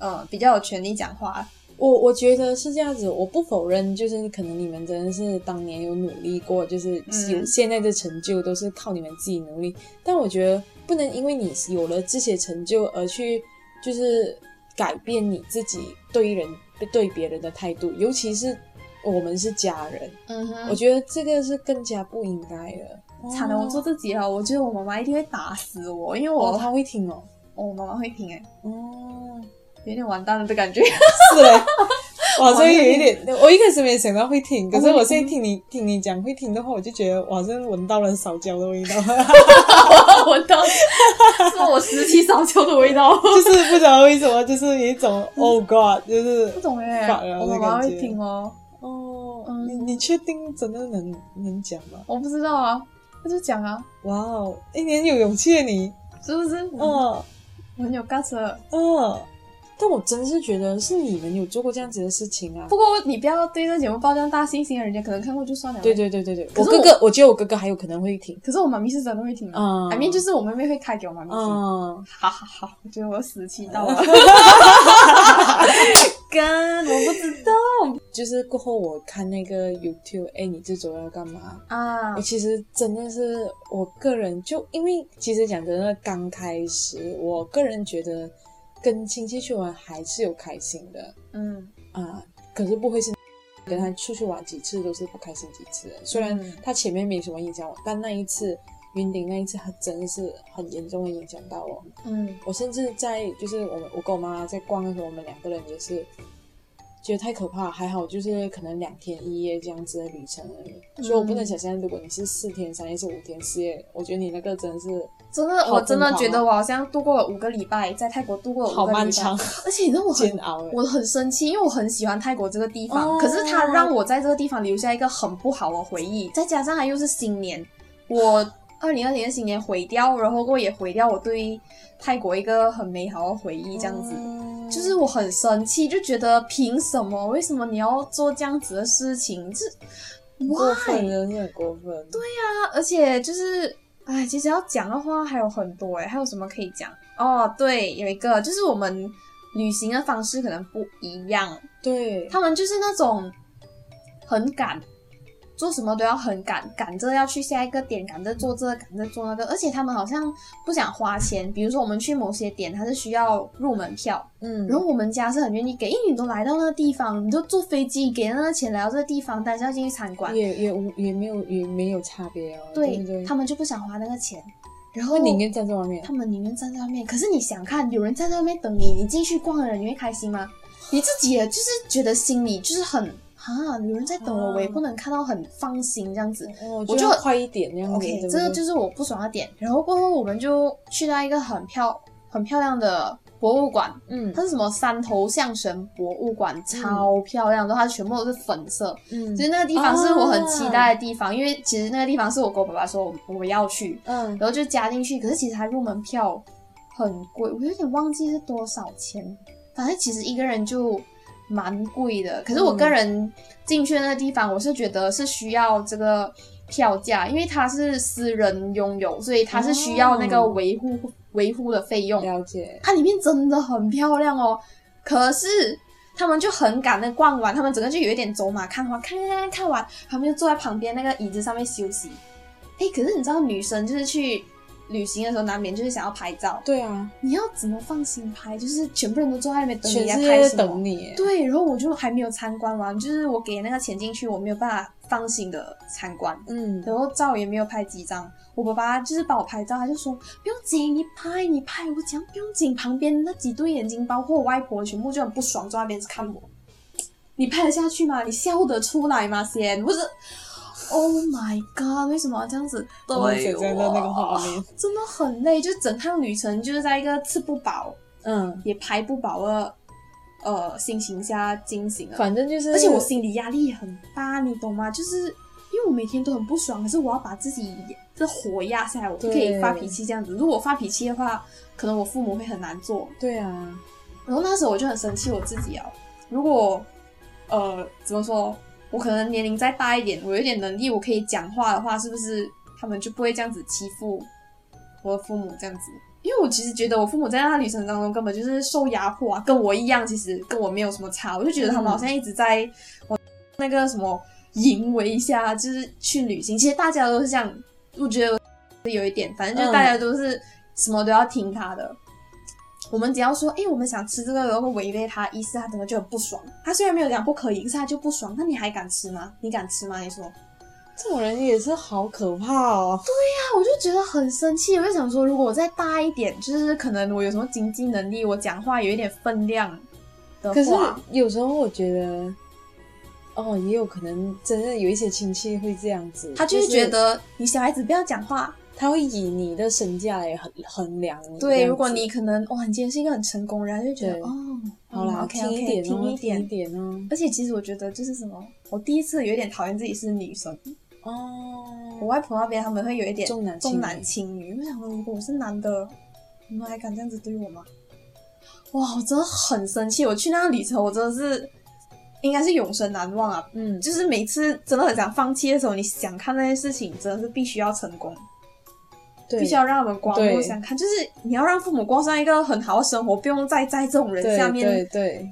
B: 呃比较有权利讲话。
C: 我我觉得是这样子，我不否认，就是可能你们真的是当年有努力过，就是
B: 嗯
C: 有现在的成就都是靠你们自己努力。但我觉得不能因为你有了这些成就而去就是改变你自己对人对别人的态度，尤其是我们是家人，
B: 嗯
C: 我
B: 哼，
C: 觉得这个是更加不应该的。
B: 惨了，我做自己了，我觉得我妈妈一定会打死我，因为我、
C: 哦，他会听哦，
B: 我妈妈会听哎、
C: 哦，
B: 有点完蛋了的感觉。 (laughs)
C: 是嘞。 (laughs)
B: 哇
C: 哇，这个有一点，我一开始没想到会听，可是
B: 哦
C: 我现在听你听你讲会听的话，我就觉得哇，真的闻到了烧焦的味道， (laughs)
B: 我当 (laughs) 是我实体烧焦的味道。
C: 就是不知道为什么，就是有一种 Oh God，就是
B: 不懂
C: (laughs)
B: 哎、
C: 反而
B: 我妈
C: 的
B: 妈
C: 感
B: 会
C: 觉。
B: 听哦，
C: 哦，
B: 嗯
C: 你你确定真的能能讲吗？
B: 我不知道啊，她就讲啊，
C: 哇哦，一年有勇气的你，
B: 是不是？嗯，
C: 哦
B: 我很有 guts 的。
C: 哦，但我真是觉得是你们有做过这样子的事情啊。
B: 不过你不要对这节目抱这样大信心，人家可能看过就算了。
C: 对。对对对对，
B: 可是
C: 我哥
B: 我
C: 哥，我觉得我哥哥还有可能会听。
B: 可是我妈咪是真的会听啊，
C: 嗯，
B: I mean 就是我妹妹会开给我妈咪听。
C: 嗯，
B: 好好好，我觉得我死气到
C: (laughs)
B: 了。跟我不知道
C: 就是过后我看那个 YouTube，哎，你这周要干嘛？
B: (laughs) 啊
C: 我，其实真的是我个人就因为其实讲真的，刚开始我个人觉得跟亲戚去玩还是有开心的
B: 嗯
C: 啊、可是不会是跟他出去玩几次都是不开心几次的。虽然
B: 嗯
C: 他前面没什么影响我，但那一次云顶那一次，他真的是很严重的影响到我。
B: 嗯
C: 我甚至在就是我们我跟我妈妈在逛的时候，我们两个人也是觉得太可怕了，还好就是可能两天一夜这样子的旅程而已，
B: 嗯
C: 所以我不能想象，如果你是四天三夜是五天四夜，我觉得你那个真的是
B: 真的，我真的
C: 好疯狂啊
B: 觉得我好像度过了五个礼拜，在泰国度过了五
C: 好
B: 个礼拜，
C: 漫长、
B: 嗯而且你知道我很
C: 煎熬哎。
B: 我很生气，因为我很喜欢泰国这个地方，
C: 哦
B: 可是它让我在这个地方留下一个很不好的回忆，再加上它又是新年，我二零二零的新年毁掉，然后过也毁掉我对泰国一个很美好的回忆，这样子。
C: 嗯
B: 就是我很生气，就觉得凭什么？为什么你要做这样子的事情？这
C: 过分，啊
B: why
C: 真的是很过分。对，
B: 啊？而且就是，哎，其实要讲的话还有很多哎，还有什么可以讲？哦，对，有一个就是我们旅行的方式可能不一样，
C: 对，
B: 他们就是那种很赶，做什么都要很赶，赶着要去下一个点，赶着做这个，赶着做那个，而且他们好像不想花钱。比如说我们去某些点，它是需要入门票，
C: 嗯，
B: 然后我们家是很愿意给，因为你都来到那个地方，你就坐飞机给那个钱来到这个地方，但是要进去参观，
C: 也也无也没有也没有差别哦，对不对？
B: 他们就不想花那个钱，然后
C: 会宁愿站在外面
B: 他。们宁愿站在外面。可是你想看，有人站在外面等你，你进去逛的人，你会开心吗？你自己也就是觉得心里就是很啊，有人在等我，我也不能看到很放心这样子。
C: 哦，
B: 我
C: 就
B: 就
C: 要快一点这样子。
B: OK，
C: 对不
B: 这个
C: 对
B: 就是我不爽的点。然后过后我们就去到一个很漂很漂亮的博物馆，
C: 嗯
B: 它是什么三头象神博物馆，超漂亮的，它全部都是粉色。
C: 嗯
B: 其实那个地方是我很期待的地方，因为其实那个地方是我跟我爸爸说我我们要去，
C: 嗯
B: 然后就加进去。可是其实它入门票很贵，我有点忘记是多少钱，反正其实一个人就蛮贵的。可是我个人进去的那个地方，我是觉得是需要这个票价，因为它是私人拥有，所以它是需要那个
C: 哦
B: 维护、维护的费用。
C: 嗯了解。
B: 它里面真的很漂亮哦，可是他们就很赶的逛完，他们整个就有一点走马看花，看看看看完，他们就坐在旁边那个椅子上面休息。哎，可是你知道女生就是去旅行的时候，难免就是想要拍照，
C: 对啊，
B: 你要怎么放心拍？就是全部人都坐在那边等你
C: 全
B: 来
C: 世
B: 拍
C: 界
B: 什
C: 在
B: 么？
C: 等你耶。
B: 对，然后我就还没有参观完，就是我给那个钱进去，我没有办法放心的参观。
C: 嗯，
B: 然后照也没有拍几张，我爸爸就是帮我拍照，他就说不用紧，你拍你拍，我讲不用紧。旁边那几对眼睛，包括我外婆，全部就很不爽，坐那边看我。你拍得下去吗？你笑得出来吗？先不是，Oh my god，为什么要这样子对
C: 我能想象到那个
B: 我
C: 画面。
B: 真的很累，就是整趟旅程就是在一个吃不饱
C: 嗯，
B: 也拍不饱的呃心情下进行了。
C: 反正就是，
B: 而且我心理压力也很大，你懂吗？就是因为我每天都很不爽，可是我要把自己这火压下来，我不可以
C: 对
B: 发脾气这样子。如果发脾气的话，可能我父母会很难做。
C: 对啊，
B: 然后那时候我就很生气我自己啊，如果呃怎么说，我可能年龄再大一点，我有点能力，我可以讲话的话，是不是他们就不会这样子欺负我的父母这样子？因为我其实觉得我父母在那旅程当中根本就是受压迫啊，跟我一样，其实跟我没有什么差，我就觉得他们好像一直在我那个什么淫为一下，就是去旅行。其实大家都是这样，我觉得有一点，反正就是大家都是什么都要听他的。我们只要说，哎、我们想吃这个，然后违背他的意思，他整个就很不爽。他虽然没有讲不可以，可是他就不爽。那你还敢吃吗？你敢吃吗？你说，啊，
C: 这种人也是好可怕哦。
B: 我就觉得很生气。我就想说，如果我再大一点，就是可能我有什么经济能力，我讲话有一点分量的
C: 可是
B: 话，
C: 有时候我觉得，哦，也有可能真的有一些亲戚会这样子，
B: 他就
C: 就是是
B: 觉得你小孩子不要讲话，
C: 他会以你的身价来衡衡量你这样
B: 对，
C: 子。
B: 如果你可能哇，你今天是一个很成功的人，就觉得
C: 对
B: 哦，
C: 好啦，
B: ，OK
C: 听一
B: OK，
C: 点
B: 听
C: 哦，
B: 一
C: 听一
B: 点。
C: 点哦。
B: 而且其实我觉得就是什么，我第一次有点讨厌自己是女生。我
C: 哦，
B: 外婆那边他们会有一点
C: 嗯重男轻女
B: 重男轻女，我想说如果我是男的，你们还敢这样子对我吗？哇，我真的很生气！我去那个旅程，我真的是应该是永生难忘啊！
C: 嗯，
B: 就是每次真的很想放弃的时候，你想看那些事情，真的是必须要成功。
C: 对，
B: 必须要让他们刮目
C: 对
B: 相看，就是你要让父母过上一个很好的生活，不用再在这种人
C: 对
B: 下面，
C: 对对。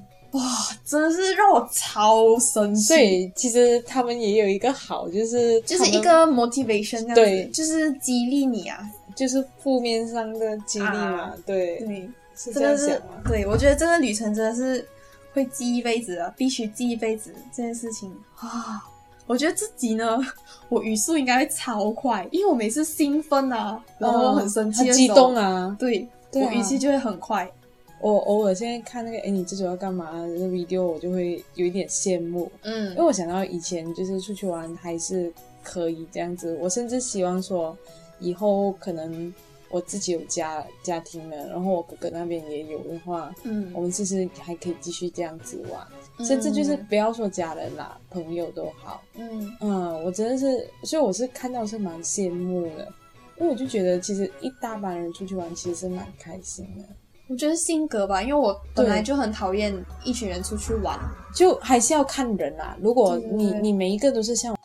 B: 真的是让我超生
C: 所
B: 气。
C: 以其实他们也有一个好，就是
B: 嗯就是
C: 他
B: 一
C: 们
B: 个 motivation 这样子
C: 对，
B: 就是激励你啊，
C: 就是负面上的激励嘛，啊对，
B: 对，
C: 是这
B: 真的
C: 样
B: 是
C: 讲吗？
B: 对我觉得这个旅程真的是会记一辈子的，必须记一辈子这件事情啊。我觉得自己呢， (laughs) 我语速应该会超快，因为我每次兴奋啊，然后我很生气
C: 哦很
B: 的
C: 激
B: 时候，
C: 动啊！
B: 对，
C: 对啊
B: 我语气就会很快。
C: 我偶尔现在看那个，哎，你这周要干嘛？这个 video 我就会有一点羡慕，
B: 嗯
C: 因为我想到以前就是出去玩还是可以这样子，我甚至希望说以后可能我自己有家家庭了，然后我哥哥那边也有的话，
B: 嗯
C: 我们其实还可以继续这样子玩，甚至就是不要说家人啦，朋友都好。
B: 嗯，
C: 嗯，我真的是，所以我是看到是蛮羡慕的，因为我就觉得其实一大班人出去玩其实是蛮开心的，
B: 我觉得性格吧，因为我本来
C: 对
B: 就很讨厌一群人出去玩，
C: 就还是要看人啦。如果
B: 对对
C: 你
B: 对
C: 你每一个都是像我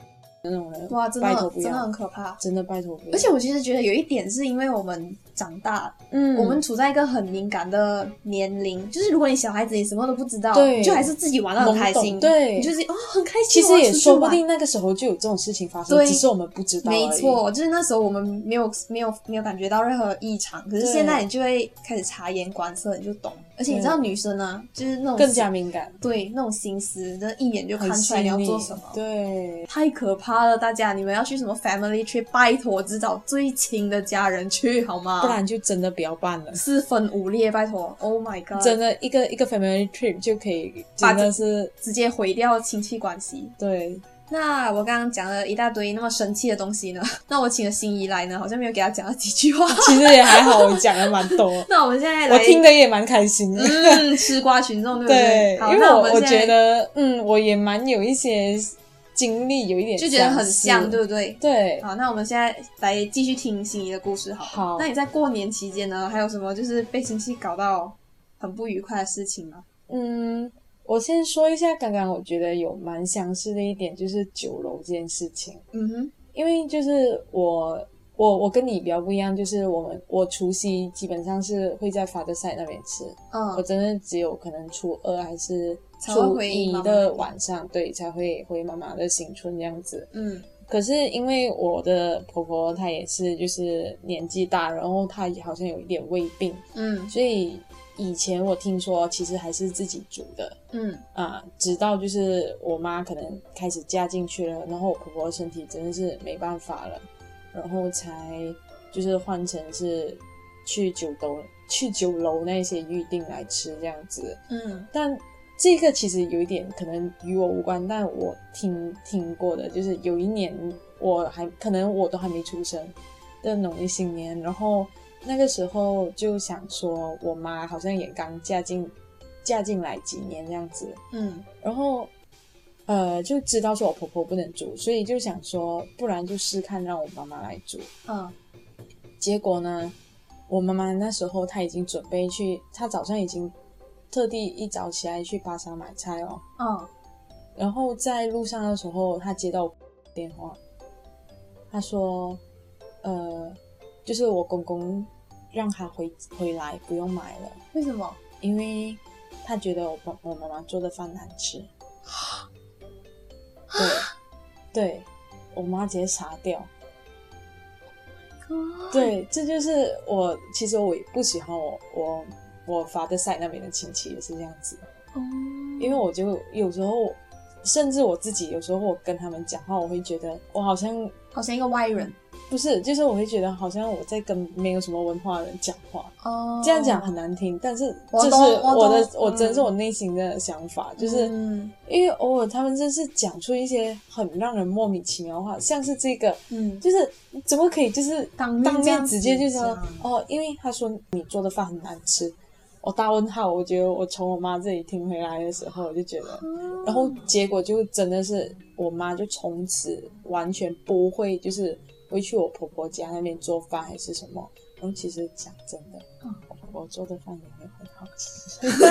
C: 那种人，
B: 哇，真
C: 拜托
B: 的
C: 不
B: 真的
C: 要
B: 很，可怕。
C: 真的拜托不要。
B: 而且我其实觉得有一点是因为我们长大，
C: 嗯，
B: 我们处在一个很敏感的年龄，就是如果你小孩子你什么都不知道，
C: 对
B: 你就还是自己玩的很开
C: 懵
B: 心，
C: 懂对
B: 你就是哦很开
C: 其
B: 心，
C: 实也说不
B: 我要出去玩。
C: 定那个时候就有这种事情发生，
B: 对
C: 只是我们不知道而已。
B: 没错，就是那时候我们没有没有没有感觉到任何异常，可是
C: 对
B: 现在你就会开始察言观色，你就懂。而且你知道女生呢，就是那种
C: 更加敏感，
B: 对那种心思，真的一眼就看
C: 很
B: 出来你要
C: 细腻
B: 做什么。
C: 对，
B: 太可怕了，大家！你们要去什么 family trip，拜托只找最亲的家人去好吗？
C: 不然就真的不要办了。
B: 四分五裂，拜托，Oh my god，
C: 真的一个一个 family trip 就可以，
B: 把
C: 真的是
B: 直接毁掉亲戚关系。
C: 对，
B: 那我刚刚讲了一大堆那么生气的东西呢， (laughs) 那我请了心怡来呢，好像没有给她讲了几
C: (laughs)
B: 句话。
C: 其实也还好，我讲的蛮多，
B: (laughs) 那我们现在来，
C: 我听的也蛮开心的。
B: 嗯，吃瓜群众对不
C: 对，
B: 好，
C: 因为
B: 那
C: 我
B: 们
C: 我
B: 现在
C: 觉得，嗯，我也蛮有一些经历，有一点
B: 就觉得很
C: 似
B: 像，对不对？
C: 对，
B: 好，那我们现在来继续听心怡的故事好了。
C: 好
B: 那你在过年期间呢，还有什么就是被亲戚搞到很不愉快的事情吗？
C: 嗯，我先说一下，刚刚我觉得有蛮相似的一点，就是酒楼这件事情。
B: 嗯哼，
C: 因为就是我我我跟你比较不一样，就是我们我除夕基本上是会在 father side 那边吃，我
B: 嗯
C: 真的只有可能初二还是
B: 才会
C: 初
B: 回
C: 一
B: 妈妈
C: 的晚上，对，才会回妈妈的新村这样子。
B: 嗯
C: 可是因为我的婆婆她也是就是年纪大，然后她好像有一点胃病，
B: 嗯
C: 所以以前我听说其实还是自己煮的，
B: 嗯
C: 啊、直到就是我妈可能开始嫁进去了，然后我婆婆身体真的是没办法了，然后才就是换成是去酒楼去酒楼那些预定来吃这样子。
B: 嗯
C: 但这个其实有一点可能与我无关，但我听听过的，就是有一年我还可能我都还没出生的农历新年，然后那个时候就想说，我妈好像也刚嫁进嫁进来几年这样子，
B: 嗯
C: 然后呃就知道说我婆婆不能煮，所以就想说，不然就试看让我妈妈来煮。
B: 嗯
C: 结果呢，我妈妈那时候她已经准备去，她早上已经特地一早起来去巴沙买菜哦。
B: 嗯，
C: 然后在路上的时候，她接到我电话，她说，呃，就是我公公让她回回来，不用买了，
B: 为什么？
C: 因为她觉得我爸我妈妈做的饭难吃。对，对，我妈直接傻掉。对，这就是我，其实我也不喜欢我我我 father side 那边的亲戚也是这样子，
B: 哦，
C: 因为我就有时候，甚至我自己有时候我跟他们讲话，我会觉得我好像
B: 好像一个外人
C: 不是，就是我会觉得好像我在跟没有什么文化的人讲话，
B: 哦
C: 这样讲很难听，但是
B: 我
C: 这是
B: 懂我
C: 我的
B: 懂
C: 我真
B: 嗯
C: 是我内心的想法，就是
B: 嗯
C: 因为偶尔他们真是讲出一些很让人莫名其妙的话，像是这个。
B: 嗯
C: 就是怎么可以就是
B: 当面
C: 当
B: 这样
C: 面
B: 子
C: 直接就说
B: 讲
C: 哦，因为他说你做的饭很难吃，我大问号。我觉得我从我妈这里听回来的时候，我就觉得，然
B: 哦
C: 后
B: 嗯
C: 结果就真的是我妈就从此完全不会就是会去我婆婆家那边做饭还是什么。然后其实讲真的
B: 嗯，
C: 我婆婆做的饭也没有很好吃。 (laughs)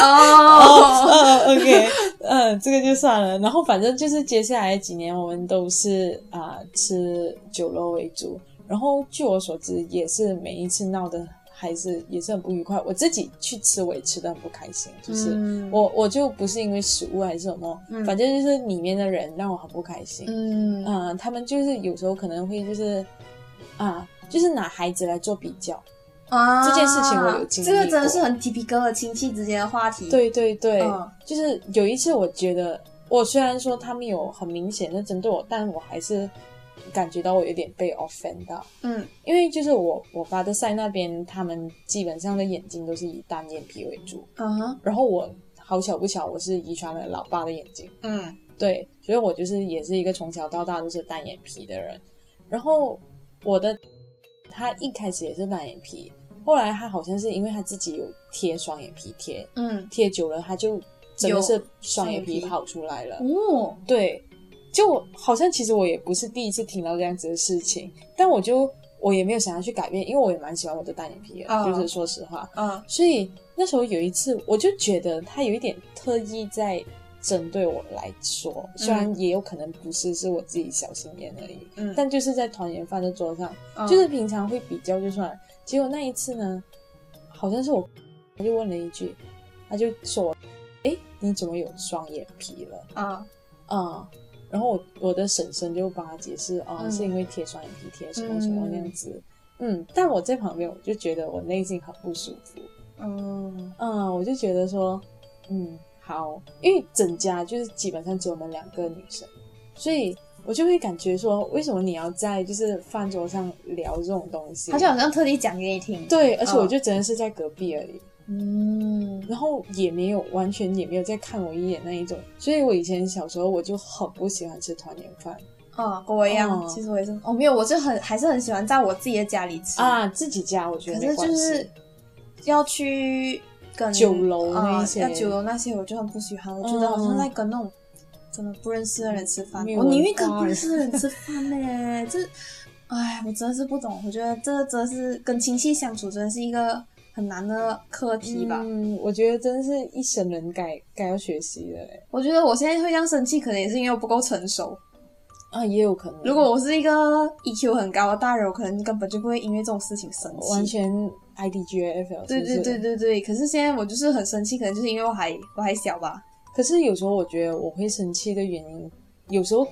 B: 哦，
C: (laughs) 哦，OK，嗯，这个就算了。然后反正就是接下来几年我们都是啊、吃酒楼为主。然后据我所知，也是每一次闹的还是也是很不愉快。我自己去吃我也吃的很不开心，就是、
B: 嗯
C: 我我就不是因为食物还是什么，
B: 嗯
C: 反正就是里面的人让我很不开心。
B: 嗯
C: 嗯、他们就是有时候可能会就是啊、就是拿孩子来做比较。
B: 啊
C: 这件事情我有经历
B: 这个真的
C: 过
B: 是很 typical 的亲戚之间的话题。，
C: 对对对，
B: 嗯
C: 就是有一次，我觉得我虽然说他们有很明显的针对我，但我还是感觉到我有点被 offend 到，
B: 嗯
C: 因为就是我我发的赛那边，他们基本上的眼睛都是以单眼皮为主，
B: 嗯哼
C: 然后我好巧不巧，我是遗传了老爸的眼睛，
B: 嗯
C: 对，所以我就是也是一个从小到大都是单眼皮的人。然后我的他一开始也是单眼皮，后来他好像是因为他自己有贴双眼皮贴，
B: 嗯，
C: 贴久了，它就真的是双眼
B: 有双眼
C: 皮
B: 皮
C: 跑出来了。
B: 哦，
C: 对，就我好像其实我也不是第一次听到这样子的事情，但我就我也没有想要去改变，因为我也蛮喜欢我的单眼皮的，
B: 嗯
C: 就是说实话。
B: 嗯
C: 所以那时候有一次，我就觉得他有一点特意在针对我来说，
B: 嗯
C: 虽然也有可能不是，是我自己小心眼而已。
B: 嗯，
C: 但就是在团圆饭的桌上，
B: 嗯
C: 就是平常会比较就算了。结果那一次呢，好像是我，我就问了一句，他就说：“哎，你怎么有双眼皮了
B: 啊？”
C: 啊、然后我我的婶婶就帮他解释，啊、
B: 嗯
C: 是因为贴双眼皮贴什么什么那样子。嗯，但我在旁边，我就觉得我内心很不舒服。
B: 嗯
C: 嗯，我就觉得说，嗯，好，因为整家就是基本上只有我们两个女生，所以我就会感觉说，为什么你要在就是饭桌上聊这种东西？
B: 他就好像特地讲给你听。
C: 对，而且我
B: 嗯
C: 就真的是在隔壁而已，
B: 嗯，
C: 然后也没有完全也没有再看我一眼那一种。所以我以前小时候我就很不喜欢吃团年饭
B: 哦，跟我一样，
C: 哦
B: 其实我也是，哦，没有，我是很还是很喜欢在我自己的家里吃，
C: 啊，自己家我觉
B: 可
C: 得没
B: 是
C: 关
B: 就
C: 系。
B: 是要去跟
C: 酒楼那
B: 啊
C: 一些
B: 要酒楼那些我就很不喜欢，我觉得好像在跟那种真的不认识的人吃饭
C: 没，有
B: 我宁愿
C: 文化
B: 跟不认识的人吃饭 (laughs) 呢，这，哎，我真的是不懂，我觉得这真的是跟亲戚相处真的是一个很难的课题吧。
C: 嗯，我觉得真的是一生人该该要学习的欸嘞
B: 我觉得我现在会这样生气，可能也是因为我不够成熟。
C: 啊，也有可能。
B: 如果我是一个 EQ 很高的大人，我可能根本就不会因为这种事情生气。
C: 完全 I D G F L，
B: 对对对对对，可是现在我就是很生气，可能就是因为我还我还小吧。
C: 可是有时候我觉得我会生气的原因，有时候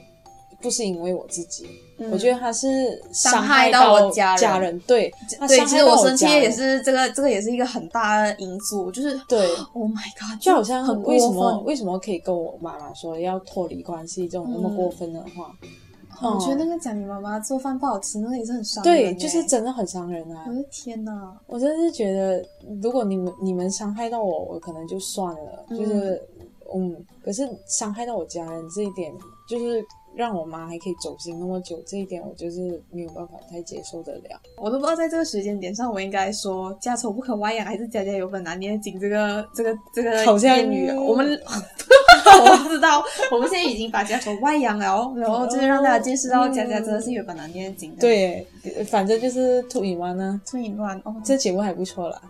C: 不是因为我自己，
B: 嗯
C: 我觉得他是
B: 伤害
C: 害
B: 到我家
C: 家
B: 人
C: 人，对，他
B: 对，
C: 伤
B: 其
C: 害
B: 实
C: 到
B: 我
C: 我
B: 生气
C: 家
B: 也
C: 人，
B: 是这个，这个也是一个很大的因素，就是
C: 对
B: Oh my God，
C: 就好像
B: 很过
C: 为什么
B: 分。
C: 为什么可以跟我妈妈说要脱离关系这种那么过分的话，
B: 我觉得那个讲你妈妈做饭不好吃，那个也是很伤人
C: 嗯对，
B: 欸
C: 就是真的很伤人啊
B: 我。的天哪！
C: 我真的是觉得，如果你们你们伤害到我，我可能就算了，
B: 嗯
C: 就是嗯，可是伤害到我家人这一点，就是让我妈还可以走心那么久，这一点我就是没有办法太接受得了。
B: 我都不知道在这个时间点上，我应该说“家丑不可外扬”还是“家家有本难念的经”这个这个这个
C: 好像
B: 谚语啊。我们
C: (laughs)
B: 我不知道，我们现在已经把家丑外扬了，哦然后就是让大家见识到家家真的是有本难念的经。，
C: 嗯对，反正就是兔影湾呢，
B: 突然乱哦，
C: 这节目还不错啦。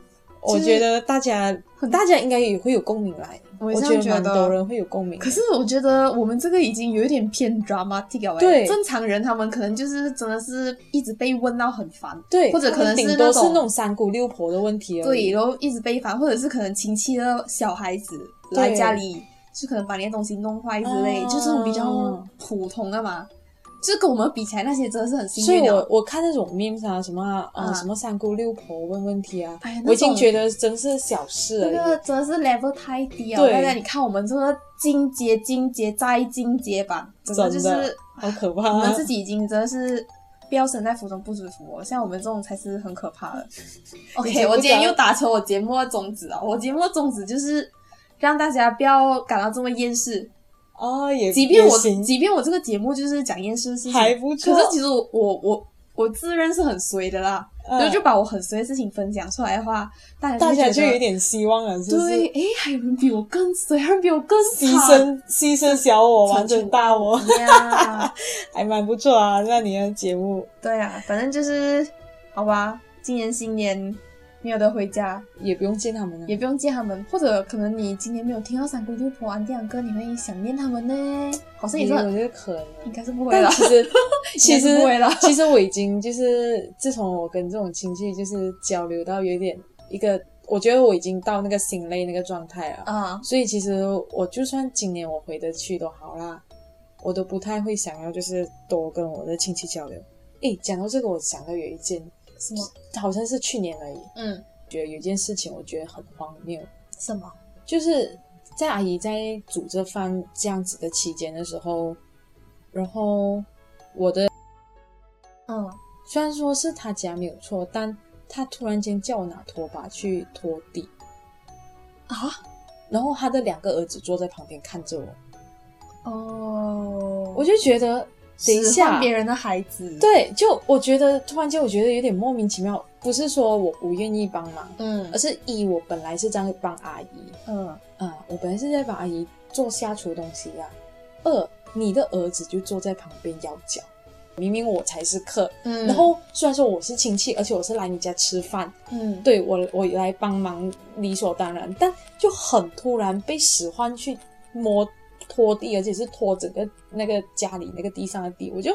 B: 就是
C: 我觉得大家，大家应该也会有共鸣来，
B: 我
C: 我
B: 也这样觉
C: 觉得蛮
B: 得
C: 多人会有共鸣。
B: 可是我觉得我们这个已经有一点偏 dramatic 了欸。
C: 对
B: 正常人他们可能就是真的是一直被问到很烦，
C: 对，
B: 或者可能是
C: 顶多
B: 那
C: 是
B: 种
C: 那种三姑六婆的问题而
B: 对，
C: 已。
B: 然后一直被烦，或者是可能亲戚的小孩子来
C: 对
B: 家里，就可能把你的东西弄坏之类，
C: 啊
B: 就是比较普通的嘛。就是跟我们比起来，那些真的是很幸
C: 所以
B: 运的。
C: 我我看那种 memes 啊，什么啊呃、
B: 啊
C: 什么三姑六婆问问题啊，
B: 哎呀
C: 我已经觉
B: 得
C: 得真是小事
B: 这
C: 而已。
B: 个真的是 level 太低了。
C: 对
B: 大家你看，我们这个进阶、进阶再进阶版，真的就
C: 真
B: 是
C: 的好可
B: 我
C: 怕、
B: 们
C: 啊！
B: 自己已经真的是不要身在福中不知福、哦，像我们这种才是很可怕
C: (laughs)
B: 的。
C: 已经
B: OK，
C: 不
B: 我今天
C: 知道
B: 又打成我节目的宗旨啊！我节目的宗旨就是让大家不要感到这么厌世，
C: 哦，也
B: 即便
C: 也
B: 我
C: 行，
B: 即便我这个节目就是讲厌世的事情，
C: 还不错
B: 可是其实我我我我自认是很衰的啦，然后
C: 嗯
B: 就把我很衰的事情分享出来的话，大家
C: 大
B: 会
C: 家
B: 觉
C: 就
B: 得
C: 有点希望了，是不
B: 对，
C: 是？
B: 诶，还有人比我更衰，还有人比我更
C: 牺
B: (laughs) 惨
C: 牲牺牲小我，
B: 成
C: 完
B: 全
C: 成大我，
B: 呀。
C: 还蛮不错啊。那你的节目
B: 啊对啊，反正就是好吧，今年新年没有得回家，
C: 也不用见他们了，啊
B: 也不用见他们，或者可能你今年没有听到三姑六婆、安迪安哥，你会想念他们呢。好像也
C: 也
B: 是
C: 嗯我
B: 很，
C: 觉得可能。
B: 应该是不会
C: 但
B: 了。
C: 其
B: (laughs)
C: 实，其
B: 应该是
C: 实
B: 不会啦，
C: 其实我已经就是，自从我跟这种亲戚就是交流到有点一个，我觉得我已经到那个心累那个状态了。
B: (laughs) 啊，
C: 所以其实我就算今年我回得去都好啦，我都不太会想要就是多跟我的亲戚交流。诶，讲到这个，我想到有一件，
B: 什么？
C: 好像是去年而已，
B: 嗯，
C: 觉得有一件事情我觉得很荒谬，
B: 什么？
C: 就是在阿姨在煮这饭这样子的期间的时候，然后
B: 嗯，
C: 虽然说是他家没有错，但他突然间叫我拿拖把去拖地
B: 啊，
C: 然后他的两个儿子坐在旁边看着我，
B: 哦，
C: 我就觉得等一
B: 使唤
C: 下，
B: 别人的孩子，，
C: 对，就我觉得突然间我觉得有点莫名其妙，不是说我不愿意帮忙，
B: 嗯
C: 而是一我本来是在帮阿姨，
B: 嗯，
C: 啊、我本来是在帮阿姨做下厨东西呀、二你的儿子就坐在旁边咬脚，明明我才是客，
B: 嗯
C: 然后虽然说我是亲戚，而且我是来你家吃饭，
B: 嗯，
C: 对我我来帮忙理所当然，但就很突然被使唤去摸拖地，而且是拖整个那个家里那个地上的地，我就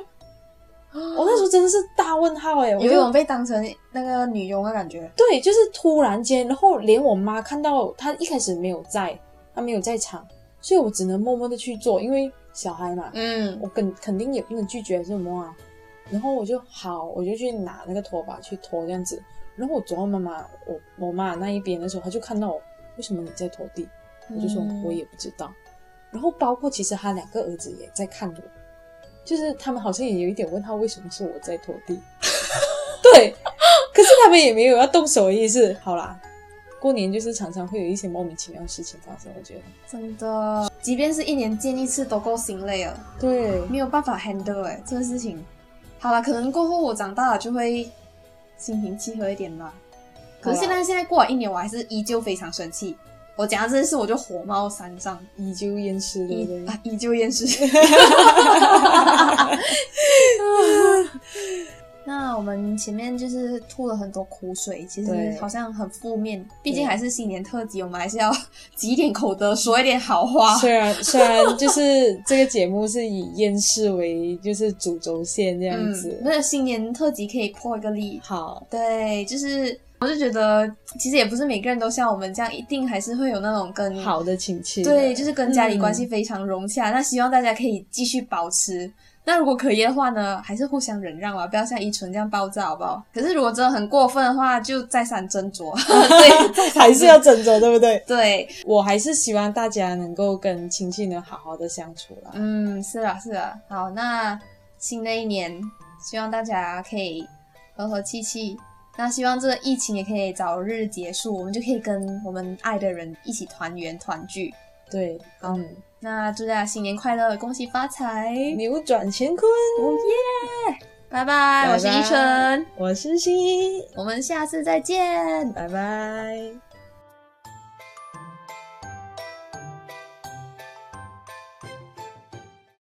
C: 我那时候真的是大问号哎、我
B: 啊嗯有一种
C: 就
B: 被当成那个女佣的感觉，
C: 对，就是突然间，然后连我妈看到她一开始没有在，她没有在场，所以我只能默默的去做，因为小孩嘛，
B: 嗯
C: 我肯肯定也不能拒绝什么啊。然后我就好，我就去拿那个拖把去拖这样子。然后我走到妈妈我我妈那一边的时候，她就看到我，为什么你在拖地？我就说
B: 嗯
C: 我也不知道。然后包括其实他两个儿子也在看我，就是他们好像也有一点问号，为什么是我在拖地？对，可是他们也没有要动手的意思。好啦，过年就是常常会有一些莫名其妙的事情发生，我觉得。
B: 真的，即便是一年见一次都够心累了，
C: 对，
B: 没有办法 handle 哎、这个事情。好了，可能过后我长大了就会心平气和一点吧。可是现
C: 好
B: 在现在过了一年，我还是依旧非常生气。我讲到这件事，我就火冒三丈，
C: 依旧厌世，对不对
B: 依？啊依旧厌世。 (laughs) 那我们前面就是吐了很多苦水，其实
C: 对
B: 好像很负面，毕竟
C: 对
B: 还是新年特辑，我们还是要积一点口德，说一点好话。
C: 虽然 (laughs) 虽然就是这个节目是以厌世为就是主轴线这样子，
B: 嗯，那新年特辑可以破一个例。
C: 好，
B: 对，就是我就觉得，其实也不是每个人都像我们这样，一定还是会有那种跟
C: 好的亲戚，
B: 对，就是跟家里
C: 嗯
B: 关系非常融洽。那希望大家可以继续保持。那如果可以的话呢，还是互相忍让吧，不要像依纯这样暴躁，好不好？可是如果真的很过分的话，就再三斟
C: (laughs)
B: 酌。对，
C: 还是要斟酌，对不
B: (laughs)
C: 对？
B: 对，
C: 我还是希望大家能够跟亲戚呢好好的相处啦。
B: 嗯，是啦是啦。好，那新的一年，希望大家可以和和气气。那希望这个疫情也可以早日结束，我们就可以跟我们爱的人一起团圆团聚。
C: 对，
B: 好
C: 嗯，
B: 那祝大家新年快乐，恭喜发财！
C: 扭嗯转乾坤，
B: ，Oh 拜拜，我是依
C: 拜拜
B: 纯，
C: 我是新一，
B: 我们下次再见。
C: 拜拜。